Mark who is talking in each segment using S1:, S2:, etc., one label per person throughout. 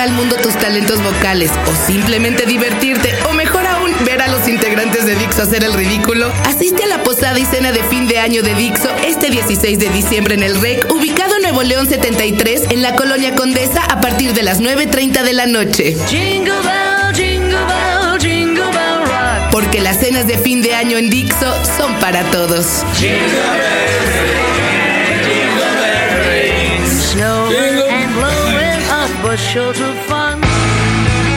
S1: al mundo tus talentos vocales o simplemente divertirte o mejor aún ver a los integrantes de Dixo hacer el ridículo, asiste a la posada y cena de fin de año de Dixo este 16 de diciembre en el REC, ubicado en Nuevo León 73, en la Colonia Condesa, a partir de las 9.30 de la noche.
S2: Jingle bell, jingle bell, jingle bell rock.
S1: Porque las cenas de fin de año en Dixo son para todos.
S2: Snowing and blowing up a shoulder fun.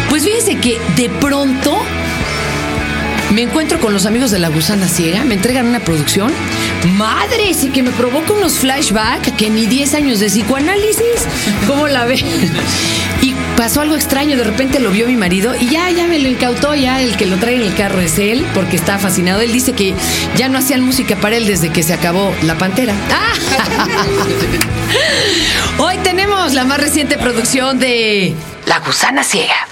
S3: Pues fíjense que de pronto me encuentro con los amigos de La Gusana Ciega, me entregan una producción. Madre, sí que me provoca unos flashbacks que ni 10 años de psicoanálisis. ¿Cómo la ven? Y pasó algo extraño, de repente lo vio mi marido y ya, ya me lo incautó, ya el que lo trae en el carro es él, porque está fascinado. Él dice que ya no hacían música para él desde que se acabó La Pantera. ¡Ah! Hoy tenemos la más reciente producción de La Gusana Ciega.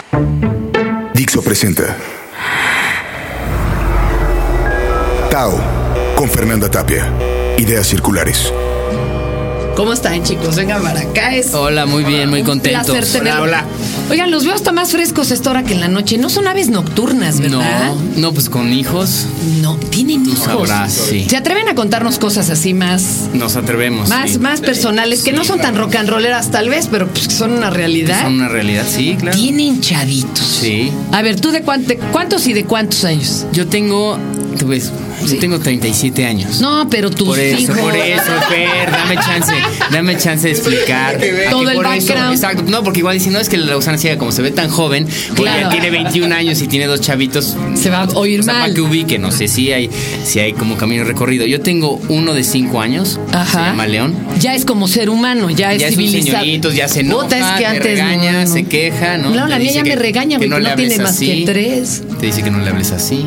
S4: Dixo presenta Tao con Fernanda Tapia. Ideas circulares.
S1: ¿Cómo están chicos? Vengan para acá. Es...
S5: Hola, muy bien, muy
S3: Un
S5: contento.
S3: placer tenerlo. Oigan, los veo hasta más frescos a esta hora que en la noche. No son aves nocturnas, ¿verdad?
S5: No, no, pues con hijos
S3: No, tienen hijos.
S5: sabrás, sí.
S3: ¿Se atreven a contarnos cosas así más,
S5: nos atrevemos.
S3: más,
S5: sí.
S3: más personales que no son tan rock and rolleras tal vez, pero pues, que son una realidad?
S5: Son una realidad, sí, claro.
S3: Tienen chavitos.
S5: Sí.
S3: A ver, ¿tú de, cuán- de cuántos y de cuántos años?
S5: Yo tengo, tú ves, yo tengo 37 años.
S3: No, pero tus
S5: Por eso,
S3: hijos.
S5: por eso, Fer, dame chance, dame chance de explicar. Ah,
S3: Todo
S5: que
S3: el
S5: por eso,
S3: background.
S5: exacto. No, porque igual dicen, no, es que la Lausana ciega, como se ve tan joven, oye,
S3: Claro.
S5: tiene 21 años y tiene dos chavitos.
S3: Se va a oír
S5: o sea,
S3: mal.
S5: Para que ubique, no sé si hay, si hay como camino recorrido. Yo tengo uno de 5 años, se
S3: Ajá.
S5: llama León.
S3: Ya es como ser humano, ya es
S5: ya es un
S3: civilizado.
S5: señorito, ya se enoja,
S3: Puta, es que
S5: te
S3: antes
S5: regaña,
S3: no, no.
S5: se queja, ¿no?
S3: No, la mía
S5: Te dice
S3: ya me
S5: que-
S3: regaña,
S5: que
S3: güey, no,
S5: le hables
S3: tiene más que
S5: así,
S3: tres.
S5: Te dice que no le hables así.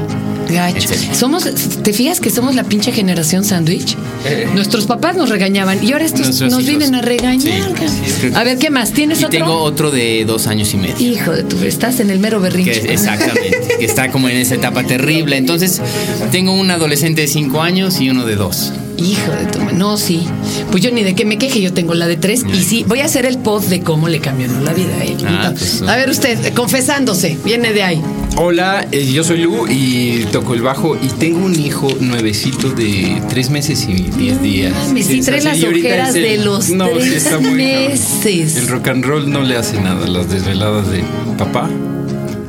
S3: Gacho.
S5: Etcétera.
S3: Somos, ¿te fijas que somos la pinche generación sándwich?
S5: Eh.
S3: Nuestros papás nos regañaban y ahora estos
S5: Nuestros
S3: nos
S5: hijos.
S3: vienen a regañar.
S5: Sí,
S3: cabrón.
S5: sí, es que-
S3: a ver, ¿qué más? ¿Tienes
S5: Y
S3: otro?
S5: tengo otro de dos años y medio.
S3: Hijo de tu, estás en el mero
S5: Que
S3: berrinche.
S5: exactamente, que está como en esa etapa terrible. Entonces, tengo un adolescente de 5 años y uno de 2.
S3: Hijo de tu, no, sí. Pues yo ni de qué me queje, yo tengo la de tres y sí, voy a hacer el pod de cómo le cambiaron la vida. ¿eh?
S5: Ah, pues,
S3: a ver usted, confesándose, viene de ahí.
S6: Hola, eh, yo soy Lu y toco el bajo y tengo un hijo nuevecito de tres meses y diez días.
S3: mames, Ah, sí
S6: Es
S3: trae
S6: así,
S3: las
S6: y ahorita
S3: ojeras
S6: es el-
S3: de los
S6: No, sí
S3: tres
S6: está muy cabrón.
S3: meses.
S6: El rock and roll no le hace nada, las desveladas de papá.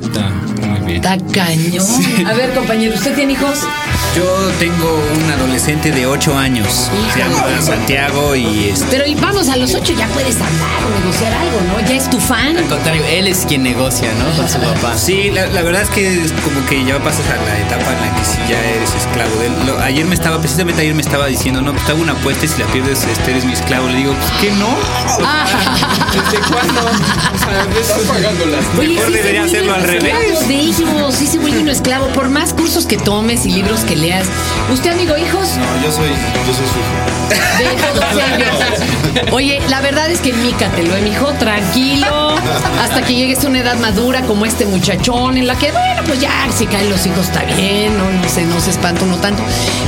S6: Está muy bien.
S3: Está cañón. A ver, compañero, ¿usted tiene hijos?
S7: Yo tengo un adolescente de 8 años. Se llama Santiago y este.
S3: Pero y vamos, a los ocho ya puedes hablar o negociar algo, ¿no? Ya es tu fan.
S5: Al contrario, él es quien negocia, ¿no? Con su papá.
S7: Sí, la, la verdad es que es como que ya pasas a la etapa en la que sí ya eres esclavo de él. Lo- ayer me estaba, precisamente ayer me estaba diciendo, no, pues te hago una apuesta y si la pierdes, este eres mi esclavo. Le digo, pues que no. ¿Desde cuándo? O sea,
S6: Estás pagando las
S7: pues, Mejor debería hacerlo al revés.
S3: De ellos, sí se vuelve un esclavo por más cursos que tomes y libros que leas. ¿Usted, amigo, hijos?
S7: No, yo soy, yo soy su hijo.
S3: Deja dos años. Oye, la verdad es que mícatelo, ¿eh, mijo, tranquilo, hasta que llegues a una edad madura como este muchachón, en la que, bueno, pues ya, si caen los hijos está bien, no, no se, no se espanta uno tanto.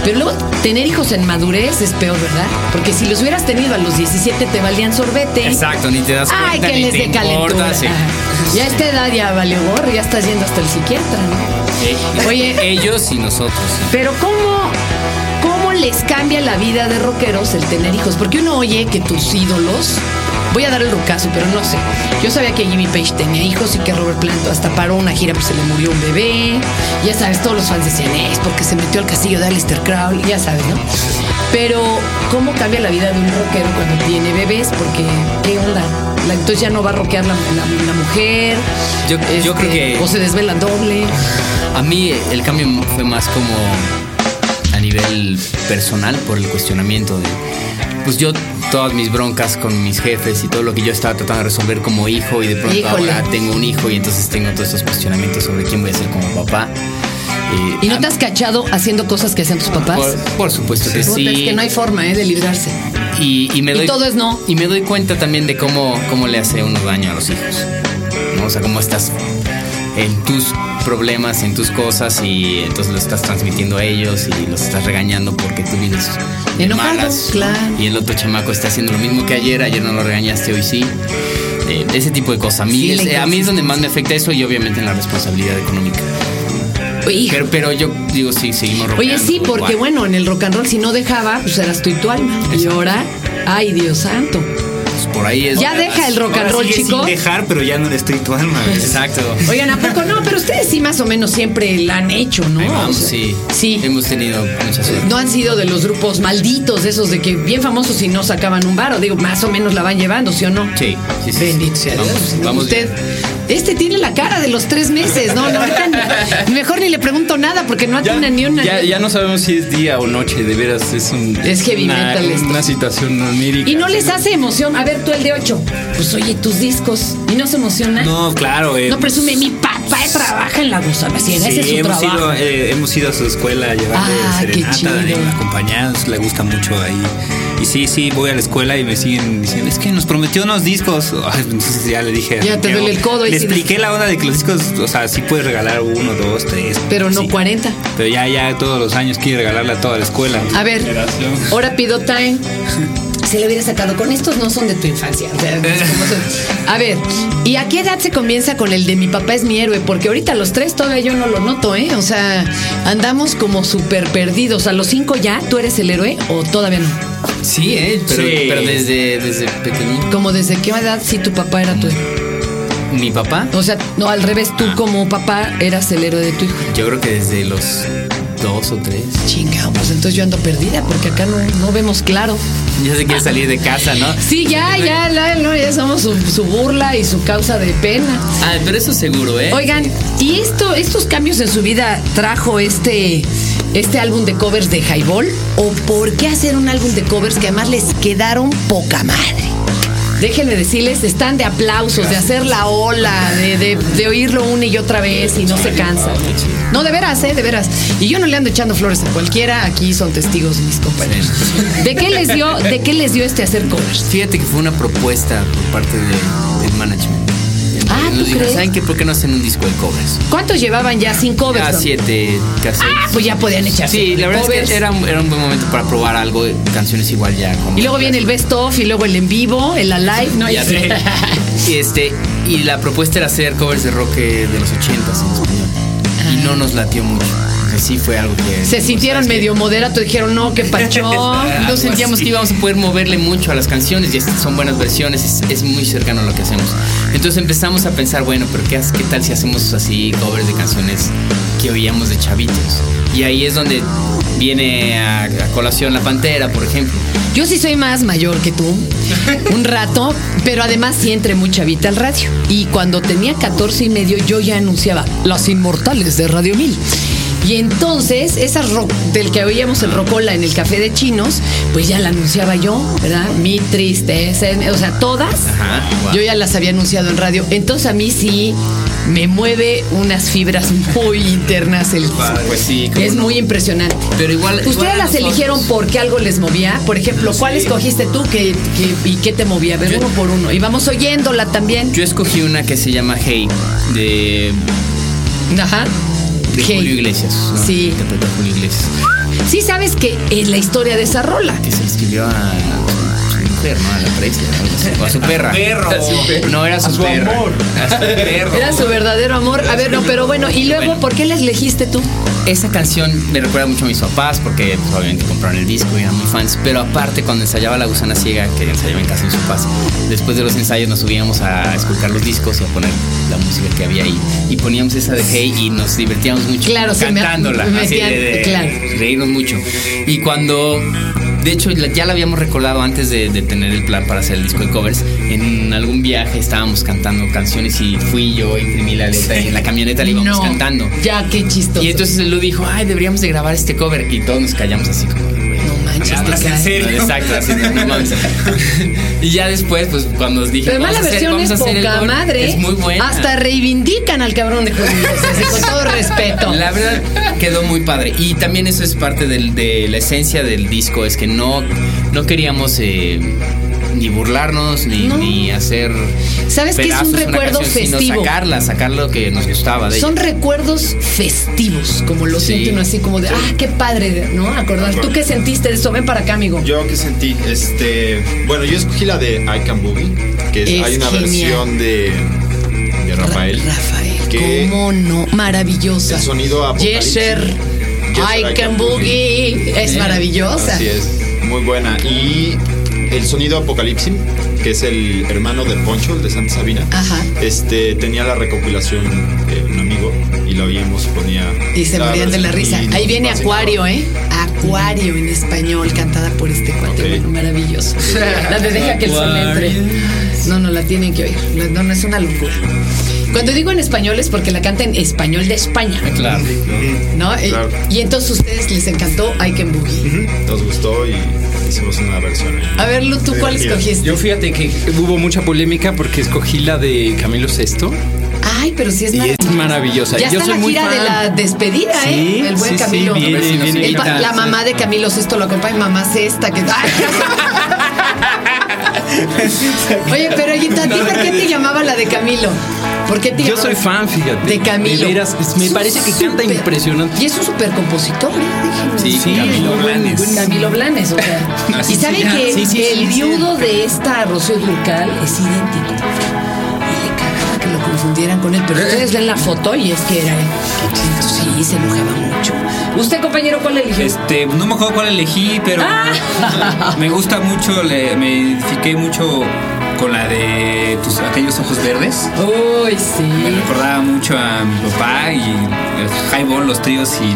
S3: Pero luego, tener hijos en madurez es peor, ¿verdad? Porque si los hubieras tenido a los 17 te valían sorbete.
S5: Exacto, ni te das cuenta.
S3: Ay, que
S5: ni
S3: les
S5: te
S3: dé calentura.
S5: importa, sí.
S3: Ajá. Ya a esta edad ya valió gorro, ya estás yendo hasta el psiquiatra, ¿no?
S6: Eh,
S3: Oye,
S5: Ellos y nosotros.
S3: pero ¿cómo, ¿cómo les cambia la vida de rockeros el tener hijos? Porque uno oye que tus ídolos... Voy a dar el rucazo, pero no sé. Yo sabía que Jimmy Page tenía hijos y que Robert Plant hasta paró una gira porque se le murió un bebé. Ya sabes, todos los fans decían, es porque se metió al castillo de Aleister Crowley, ya sabes, ¿no? Pero, ¿cómo cambia la vida de un rockero cuando tiene bebés? Porque, ¿qué onda? La- entonces ya no va a rockear la, la- la mujer. Este,
S5: Yo- yo creo que-
S3: O se desvelan doble.
S5: A mí el cambio fue más como a nivel personal por el cuestionamiento de, pues yo todas mis broncas con mis jefes y todo lo que yo estaba tratando de resolver como hijo y de pronto
S3: Híjole.
S5: ahora tengo un hijo y entonces tengo todos estos cuestionamientos sobre quién voy a ser como papá. Eh,
S3: ¿Y no
S5: a-
S3: te has cachado haciendo cosas que hacen tus papás?
S5: por, por supuesto que
S3: Puta,
S5: Pues, sí.
S3: Es que no hay forma ¿eh? de librarse.
S5: y, me
S3: y
S5: doy,
S3: todo es no.
S5: Y me doy cuenta también de cómo, cómo le hace uno daño a los hijos. ¿no? O sea, cómo estás en tus problemas, en tus cosas y entonces lo estás transmitiendo a ellos y los estás regañando porque tú vienes de
S3: Enojado,
S5: malas.
S3: claro.
S5: Y el otro chamaco está haciendo lo mismo que ayer, ayer no lo regañaste, hoy sí. eh, ese tipo de cosas. A mí,
S3: Sí,
S5: es,
S3: la
S5: eh, a mí es donde más me afecta eso y obviamente en la responsabilidad económica.
S3: Hijo,
S5: Pero, pero yo digo, sí, seguimos
S3: Oye,
S5: rockeando,
S3: sí, porque
S5: guay.
S3: bueno, en el rock and roll si no dejaba, pues eras tú y tu alma. Y ahora, ay, Dios santo.
S5: Pues por ahí es.
S3: Ya deja el rock and
S7: Ahora
S3: roll,
S7: sigue sin
S3: chico.
S7: dejar, pero ya no le estoy tu alma. güey.
S5: Exacto.
S3: Oigan, ¿a poco no? Pero ustedes sí más o menos siempre la han hecho, ¿no?
S5: Ahí vamos,
S3: O sea,
S5: sí.
S3: Sí.
S5: Hemos tenido mucha suerte.
S3: No han sido de los grupos malditos, esos de que bien famosos y no sacaban un varo. Digo, más o menos la van llevando, ¿sí o no?
S5: Sí, sí, sí.
S3: Bendito
S5: sí.
S3: sea Dios.
S5: Vamos, vamos
S3: Usted,
S5: bien.
S3: este tiene la cara de los tres meses. No, no, ahorita ni- mejor ni le pregunto nada porque no
S6: Ya,
S3: atiende ni una.
S6: ya- ya no sabemos si es día o noche, de veras es un
S3: Es heavy
S6: una,
S3: metal esto.
S6: una situación onírica.
S3: Y no les hace emoción. A ver, tú el de ocho. Pues oye, tus discos. ¿Y no se emociona?
S7: No, claro. eh, pues,
S3: No presume, mi papá trabaja en la gusana. Si ese es su
S7: hemos
S3: trabajo.
S7: ido, eh, hemos ido a su escuela a llevarle
S3: Ah, qué
S7: serenata,
S3: chido.
S7: eh, acompañados, le gusta mucho ahí. Y sí, sí, voy a la escuela y me siguen diciendo, es que nos prometió unos discos. Ay, entonces ya le dije. a
S3: Ya te
S7: Santiago,
S3: duele el codo, ahí
S7: Le
S3: sí.
S7: expliqué la onda de que los discos, o sea, sí puedes regalar uno, dos, tres.
S3: Pero no
S7: sí.
S3: 40.
S7: Pero ya, ya todos los años quiere regalarle a toda la escuela.
S3: A ver, ahora pido time. Se le hubiera sacado con estos, no son de tu infancia. O sea, es como son. Eh. A ver, ¿y a qué edad se comienza con el de mi papá es mi héroe? Porque ahorita los tres todavía yo no lo noto, ¿eh? O sea, andamos como súper perdidos. ¿A los cinco ya tú eres el héroe o todavía no?
S5: Sí, ¿eh? Pero,
S7: Sí.
S5: pero desde, desde pequeñito.
S3: Como desde qué edad si tu papá era tu héroe.
S5: Mi papá,
S3: O sea, no, al revés, tú como papá eras el héroe de tu hijo.
S5: yo creo que desde los dos o tres.
S3: Chingado, pues entonces yo ando perdida porque acá no, no vemos claro.
S5: Ya se quiere salir de casa, ¿no?
S3: Sí, ya, ya, la- no, ya somos su, su burla y su causa de pena.
S5: Ah, pero eso seguro, ¿eh?
S3: Oigan, ¿y esto, estos cambios en su vida trajo este, este álbum de covers de Highball? ¿O por qué hacer un álbum de covers que además les quedaron poca madre? Déjenme decirles, están de aplausos, de hacer la ola, de, de- de oírlo una y otra vez y no se cansan. No, de veras, ¿eh? De veras. Y yo no le ando echando flores a cualquiera, aquí son testigos mis compañeros. ¿De qué les dio, de qué les dio este hacer covers?
S5: Fíjate que fue una propuesta por parte de- del management.
S3: Ah,
S5: Nos
S3: ¿tú
S5: dijeron,
S3: crees?
S5: ¿saben qué? ¿Por qué no hacen un disco de covers?
S3: ¿Cuántos llevaban ya sin covers?
S5: A
S3: don?
S5: siete, casi.
S3: Ah, pues ya podían echarse.
S5: Sí, la verdad es
S3: covers.
S5: que era un, era un buen momento para probar algo, de canciones igual ya. como-
S3: Y luego viene el best of y luego el en vivo, el alive, ¿no?
S5: Ya sé. Y este, y la propuesta era hacer covers de rock eh, de los ochentas en español. Y no nos latió mucho. O sea, sí fue algo que.
S3: Se sintieron
S5: ¿sabes qué?
S3: medio moderato, dijeron, no, que pachón.
S5: No sentíamos que íbamos a poder moverle mucho a las canciones y estas son buenas versiones, es, es muy cercano a lo que hacemos. Entonces empezamos a pensar, bueno, pero qué, hace- qué tal si hacemos así covers de canciones que oíamos de chavitos? Y ahí es donde viene a, a colación La Pantera, por ejemplo.
S3: Yo sí soy más mayor que tú, un rato, pero además sí entré muy chavita al radio. Y cuando tenía 14 y medio, yo ya anunciaba Las Inmortales de Radio 1000. Y entonces, esas ro- del que oíamos el Rocola en el Café de Chinos, pues ya la anunciaba yo, ¿verdad? Mi tristeza, o sea, todas.
S5: Ajá, Ah, guau.
S3: Yo ya las había anunciado en radio. Entonces, a mí sí me mueve unas fibras muy internas el.
S5: Pues sí, como
S3: Es
S5: no.
S3: muy impresionante.
S5: Pero igual- igual
S3: ¿Ustedes
S5: a
S3: las
S5: nosotros.
S3: eligieron porque algo les movía? Por ejemplo, ¿cuál escogiste tú que, que- y qué te movía? A ver, uno por uno. Y vamos oyéndola también.
S5: Yo escogí una que se llama Hey, de,
S3: Ajá.
S5: de
S3: Hey.
S5: Julio Iglesias. ¿no?
S3: Sí.
S5: Interpretó a Julio Iglesias.
S3: Sí, sabes que es la historia de esa rola.
S5: que se le escribió a su mujer, ¿no? A la Presley, o algo así, o a su perra. No, era su, perra. A su perro.
S3: Era su verdadero amor. A ver, no, pero bueno. Y luego,
S5: Bueno.
S3: ¿por qué la elegiste tú?
S5: Esa canción me recuerda mucho a mis papás porque pues, obviamente compraron el disco y eran muy fans, pero aparte cuando ensayaba La Gusana Ciega, que ensayaba en casa de sus papás, después de los ensayos nos subíamos a escuchar los discos y a poner la música que había ahí y poníamos esa de Hey y nos divertíamos mucho
S3: Claro, se me-
S5: cantándola,
S3: me
S5: así de-
S3: metían-
S5: de-
S3: claro.
S5: reírnos mucho. Y cuando, de hecho, la- ya la habíamos recordado antes de, de tener el plan para hacer el disco de covers, en algún viaje estábamos cantando canciones y fui yo, imprimí la letra y en la camioneta la íbamos
S3: no.
S5: cantando.
S3: Ya, qué chistoso.
S5: Y entonces Lu dijo, ay, deberíamos de grabar este cover. Y todos nos callamos así como...
S3: No manches, te cae.
S5: Exacto, así no, no mames. Y ya después, pues cuando nos dije,
S3: Pero además
S5: vamos
S3: la
S5: a hacer,
S3: versión
S5: vamos
S3: es
S5: a hacer el
S3: poca
S5: cover,
S3: madre.
S5: es muy buena.
S3: Hasta reivindican al cabrón de Julio Iglesias, con todo respeto.
S5: La verdad quedó muy padre. Y también eso es parte del- de la esencia del disco, es que no, no queríamos eh, ni ni burlarnos, ni,
S3: No.
S5: ni hacer.
S3: ¿Sabes qué es un
S5: pedazos una
S3: recuerdo
S5: canción, sino
S3: festivo?
S5: sacarla, sacar lo que nos gustaba de
S3: Son
S5: ella.
S3: recuerdos festivos, como lo
S5: Sí.
S3: sienten así, como de, ah, qué padre, ¿no? Acordar. ¿Tú qué sentiste de eso? Ven para acá, amigo.
S8: Yo que sentí, este, bueno, yo escogí la de I Can Boogie, que es-
S3: Es
S8: hay una
S3: genial.
S8: versión de, de
S3: Ra-
S8: Rafael.
S3: Rafael,
S8: que
S3: cómo no, maravillosa.
S8: el sonido apocalíptico.
S3: Yesher,
S8: Yesher,
S3: I Can Boogie, es maravillosa.
S8: Así es, muy buena. Y el sonido Apocalipsis, que es el hermano de Poncho, el de Santa Sabina,
S3: Ajá.
S8: este tenía la recopilación de un amigo y la oíamos, ponía.
S3: Y se morían de la risa. Ahí viene Acuario, ¿eh? Acuario en español, cantada por este cuate.
S8: Ok.
S3: bueno, maravilloso. La de deja que el sol entre. No, no, la tienen que oír. La- No, no, es una locura. Cuando digo en español es porque la canta en español de España,
S5: Claro.
S3: ¿no? Y-
S8: Claro.
S3: Y, entonces a ustedes les encantó I Can Boogie.
S8: Nos gustó y hicimos una versión. ahí.
S3: A ver, Lu, ¿tú cuál escogiste?
S6: Yo fíjate que hubo mucha polémica porque escogí la de Camilo VI
S3: Ay, pero sí es
S6: y es
S3: maravilloso.
S6: maravillosa.
S3: Ya
S6: Yo
S3: está
S6: soy
S3: la
S6: muy
S3: gira de
S6: fan.
S3: la despedida,
S6: Sí,
S3: ¿eh? El buen
S6: sí, sí,
S3: Camilo.
S6: viene,
S3: A ver si nos
S6: viene
S3: El pa-
S6: ahorita.
S3: la mamá de Camilo Sesto lo acompaña, mamá Sesta. Que... Ay. Oye, pero oye, ¿a ti por qué te llamaba la de Camilo? ¿Por qué te
S6: Yo
S3: llamaba-
S6: soy fan, fíjate.
S3: De Camilo.
S6: De veras, es- me
S3: Es un
S6: parece que canta
S3: súper-
S6: impresionante.
S3: Y es un supercompositor, ¿eh? Déjenme
S6: Sí,
S3: decir.
S6: Camilo
S3: Buen-
S6: Blanes.
S3: buen Camilo Blanes, o sea.
S6: No, sí,
S3: y saben
S6: sí,
S3: que
S6: sí, sí,
S3: el
S6: sí, sí.
S3: viudo de esta Rocío Durcal es idéntico. Y le cagaba que lo confundieran con él.
S6: Eh,
S3: Pero ustedes ven la foto y es que era él. Sí, se enojaba mucho. ¿Usted, compañero, cuál eligió?
S7: Este, no me acuerdo cuál elegí, pero
S3: Ah.
S7: me gusta mucho, le- me identifiqué mucho con la de tus aquellos ojos verdes.
S3: Uy,
S7: Me
S3: sí.
S7: recordaba mucho a mi papá y el highball, los tríos y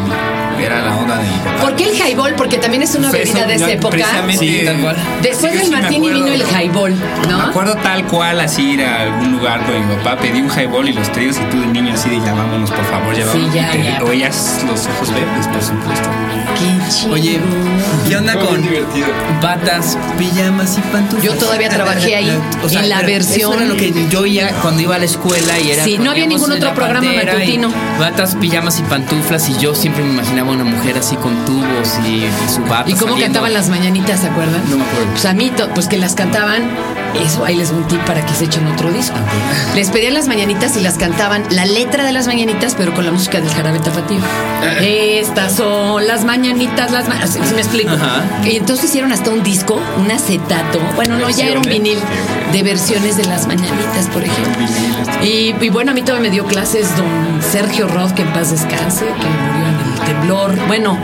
S7: era la onda de mi papá.
S3: ¿Por qué el highball? Porque también es una
S7: Pues eso,
S3: bebida de
S7: yo
S3: esa época.
S7: precisamente-
S5: Sí, tal cual.
S3: Después
S7: Yo
S3: del
S7: sí me
S3: martini
S7: acuerdo.
S3: vino el highball,
S7: Me
S3: ¿no?
S7: acuerdo tal cual así ir a algún lugar con mi papá, pedí un highball y los tríos y tú de niño así de ya vámonos por favor, ya
S3: Sí,
S7: vámonos.
S3: ya,
S7: Y te
S3: ya.
S7: oías los ojos verdes, por supuesto.
S3: Qué chido.
S5: Oye, ¿qué onda con batas, pijamas y pantuflas?
S3: Yo todavía trabajé ahí, en la
S5: pero
S3: versión.
S5: Eso era lo que yo oía cuando iba a la escuela y era.
S3: Sí, no había
S5: poníamos
S3: ningún
S5: en
S3: otro
S5: la
S3: programa
S5: bandera y
S3: matutino.
S5: Batas, pijamas y pantuflas y yo siempre me imaginaba una mujer así con tubos y, y su bata.
S3: ¿Y cómo
S5: saliendo.
S3: cantaban las mañanitas, se acuerdan?
S5: pues No me acuerdo.
S3: Pues a mí, to- pues que las cantaban. Eso, ahí les voy un tip para que se echen otro disco. Les pedían las mañanitas y las cantaban, la letra de las mañanitas, pero con la música del jarabe tapatío.
S5: Eh,
S3: Estas son las mañanitas, las ma- ¿Sí- sí me explico? Y entonces hicieron hasta un disco, un acetato. Bueno, no, ya era un
S5: ¿eh?
S3: vinil de versiones de las mañanitas, por ejemplo. Y, y bueno, a mí todavía me dio clases don Sergio Roth, que en paz descanse, que murió en el temblor. Bueno,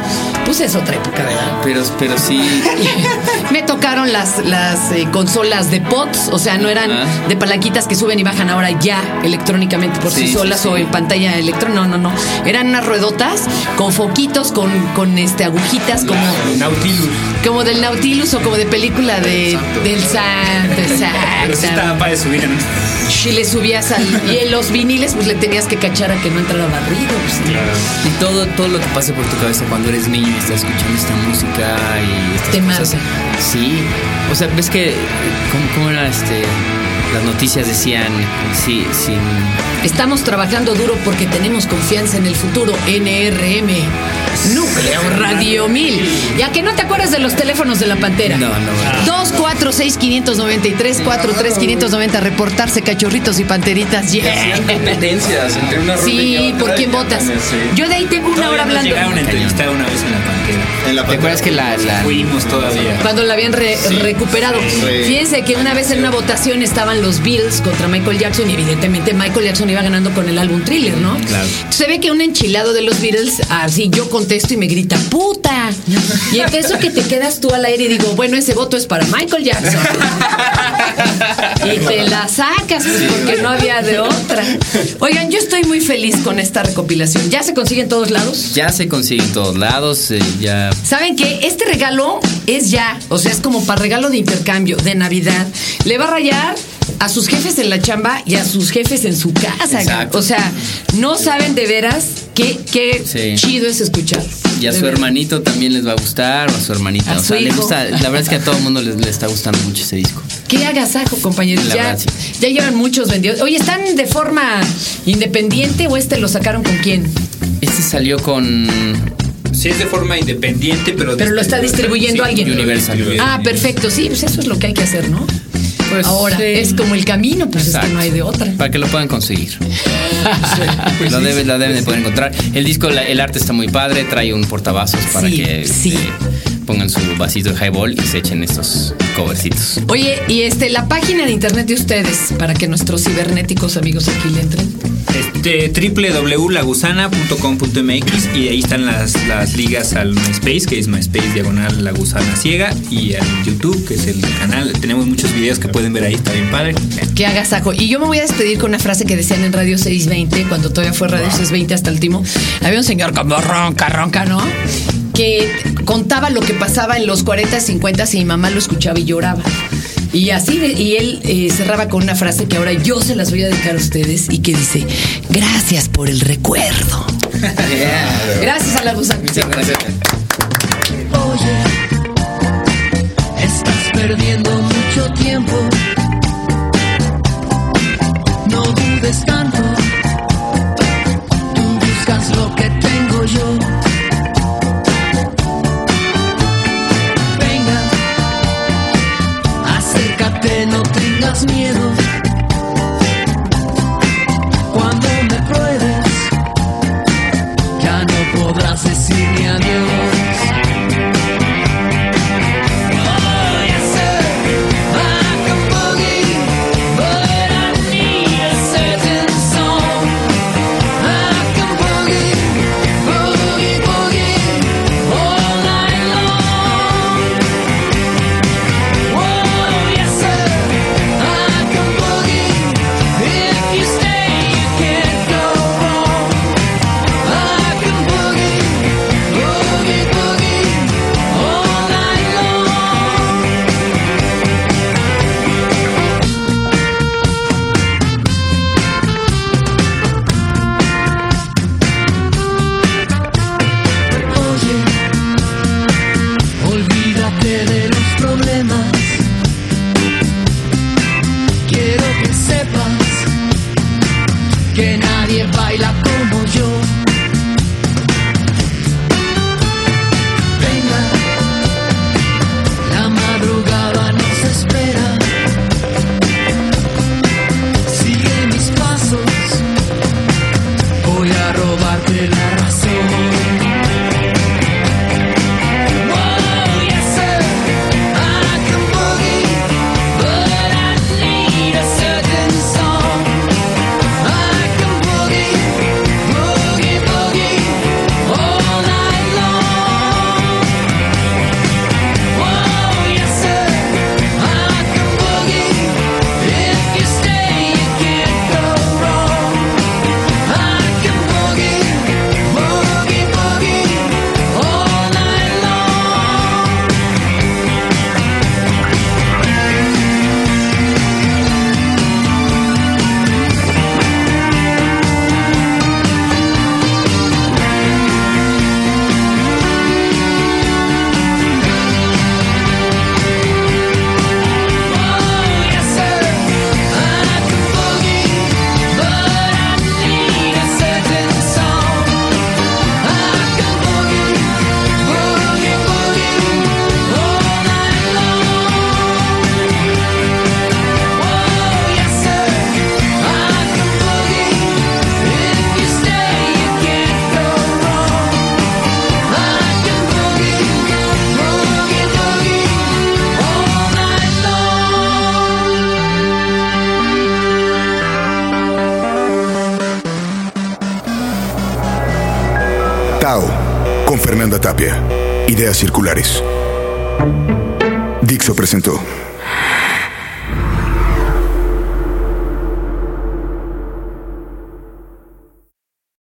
S3: pues es otra época, ¿verdad?
S5: Pero, pero sí.
S3: Me tocaron las, las eh, consolas de pots, o sea, no eran
S5: Ajá.
S3: de palanquitas que suben y bajan ahora ya electrónicamente por sí,
S5: Sí, sí,
S3: solas
S5: sí.
S3: o en pantalla electrónica. No, no, no. Eran unas ruedotas con foquitos, con, con este agujitas como,
S7: Nautilus.
S3: como del Nautilus o como de película de, del Santo,
S7: Pero sí
S3: exacto.
S7: estaba para de subir, ¿no?
S3: Si le subías al. Y en los viniles, pues le tenías que cachar a que no entrara barrido. pues.
S5: Y todo, todo lo que pasa por tu cabeza cuando eres niño y estás escuchando esta música y estas
S3: Te
S5: cosas.
S3: marca.
S5: Sí. O sea, ves que eh, ¿cómo, cómo era este? Las noticias decían sí, sin
S3: Estamos trabajando duro porque tenemos confianza en el futuro. NRM. Núcleo Radio 1000. Ya que no te acuerdas de los teléfonos de la pantera.
S5: No, no, no.
S3: 246 593 43 590 reportarse cachorritos y panteritas. Yeah.
S6: competencias entre una
S3: Sí, ¿por quién votas? Yo de ahí tengo una hora
S7: Todavía nos
S3: hablando.
S7: Llegaron a entrevistar una vez en la pantera.
S8: En la
S5: ¿Te acuerdas que la, la-
S7: Fuimos todavía.
S3: Cuando la habían re- recuperado. Fíjense que una vez en una votación estaban los Bills contra Michael Jackson y evidentemente Michael Jackson iba ganando con el álbum Thriller, ¿no? Claro. Se ve que un enchilado de los Beatles, así yo contesto y me grita, puta. Y en eso que te quedas tú al aire y digo, bueno, ese voto es para Michael Jackson. Y te la sacas pues, porque no había de otra. Oigan, yo estoy muy feliz con esta recopilación. ¿Ya se consigue en todos lados?
S5: ya se consigue en todos lados, eh, ya
S3: ¿Saben qué? Este regalo es ya, o sea, es como para regalo de intercambio, de Navidad. Le va a rayar a sus jefes en la chamba y a sus jefes en su casa.
S5: Exacto.
S3: O sea, no saben de veras qué, qué
S5: Sí.
S3: chido es escuchar.
S5: y a
S3: De
S5: su
S3: veras.
S5: hermanito también les va a gustar, o a su hermanita.
S3: A
S5: o
S3: su
S5: sea, le
S3: hijo.
S5: gusta, la verdad es que a todo el mundo les- le está gustando mucho ese disco.
S3: Qué agasajo, compañeros.
S5: La
S3: Ya,
S5: verdad, sí.
S3: ya llevan muchos vendidos. Oye, ¿están de forma independiente o este lo sacaron con quién?
S5: Este salió con
S3: Pues
S7: Sí es de forma independiente, pero...
S3: Pero lo está distribuyendo alguien.
S5: Universal.
S3: Ah, perfecto. Sí, pues eso es lo que hay que hacer, ¿no?
S5: Pues,
S3: Ahora
S5: sí.
S3: es como el camino, pues es
S5: Exacto.
S3: que no hay de otra. Ah, pues
S5: Para que lo puedan conseguir. lo deben, lo deben de poder encontrar. El disco, la- el arte está muy padre. Trae un portavasos para
S3: Sí,
S5: que
S3: sí.
S5: eh, pongan su vasito de highball y se echen estos covercitos.
S3: Oye, y este, la página de internet de ustedes, para que nuestros cibernéticos amigos aquí le entren.
S7: Este, www.lagusana.com.mx y ahí están las, las ligas al MySpace, que es MySpace diagonal La Gusana Ciega, y al YouTube, que es el canal. Tenemos muchos videos que pueden ver ahí, está bien padre.
S3: Que haga saco. Y yo me voy a despedir con una frase que decían en Radio 620, cuando todavía fue Radio 620 hasta el último. Había un señor como ronca, ronca, ¿no? Que contaba lo que pasaba en los 40, 50 y mi mamá lo escuchaba y lloraba. Y así, de- y él eh, cerraba con una frase que ahora yo se las voy a dedicar a ustedes y que dice, gracias por el recuerdo. Gracias a la gusana.
S9: Oye, estás perdiendo mucho tiempo. No dudes tanto. Tú buscas lo que tengo yo. Venga, acércate, no tengas miedo. Cuando me pruebes, ya no podrás decir ni adiós. Voy a ser rock and boogie, but I need a certain song. Rock and boogie, boogie boogie, all night long. Oh yes sir, rock and boogie. If you stay, you can't go wrong. Rock and boogie, boogie boogie, all night long. Oye, olvídate de los problemas. Quiero que sepas que nadie baila como yo. Venga, la madrugada nos espera. Sigue mis pasos, voy a robarte la razón. Oh yes sir, I can boogie, but I need a certain song. I can boogie, boogie, boogie, all night long. Oh yes sir, I can boogie. If you stay, you can't go wrong. I can boogie, boogie, boogie, all night long. Oh yes sir, I can boogie, but I need a certain song. I can boogie, boogie, boogie all night long. Oh yes sir, I can boogie. If you stay, you can't go wrong. I can boogie, boogie, boogie all night long.
S4: Tao, con Fernanda Tapia. Ideas circulares. Dixo presentó.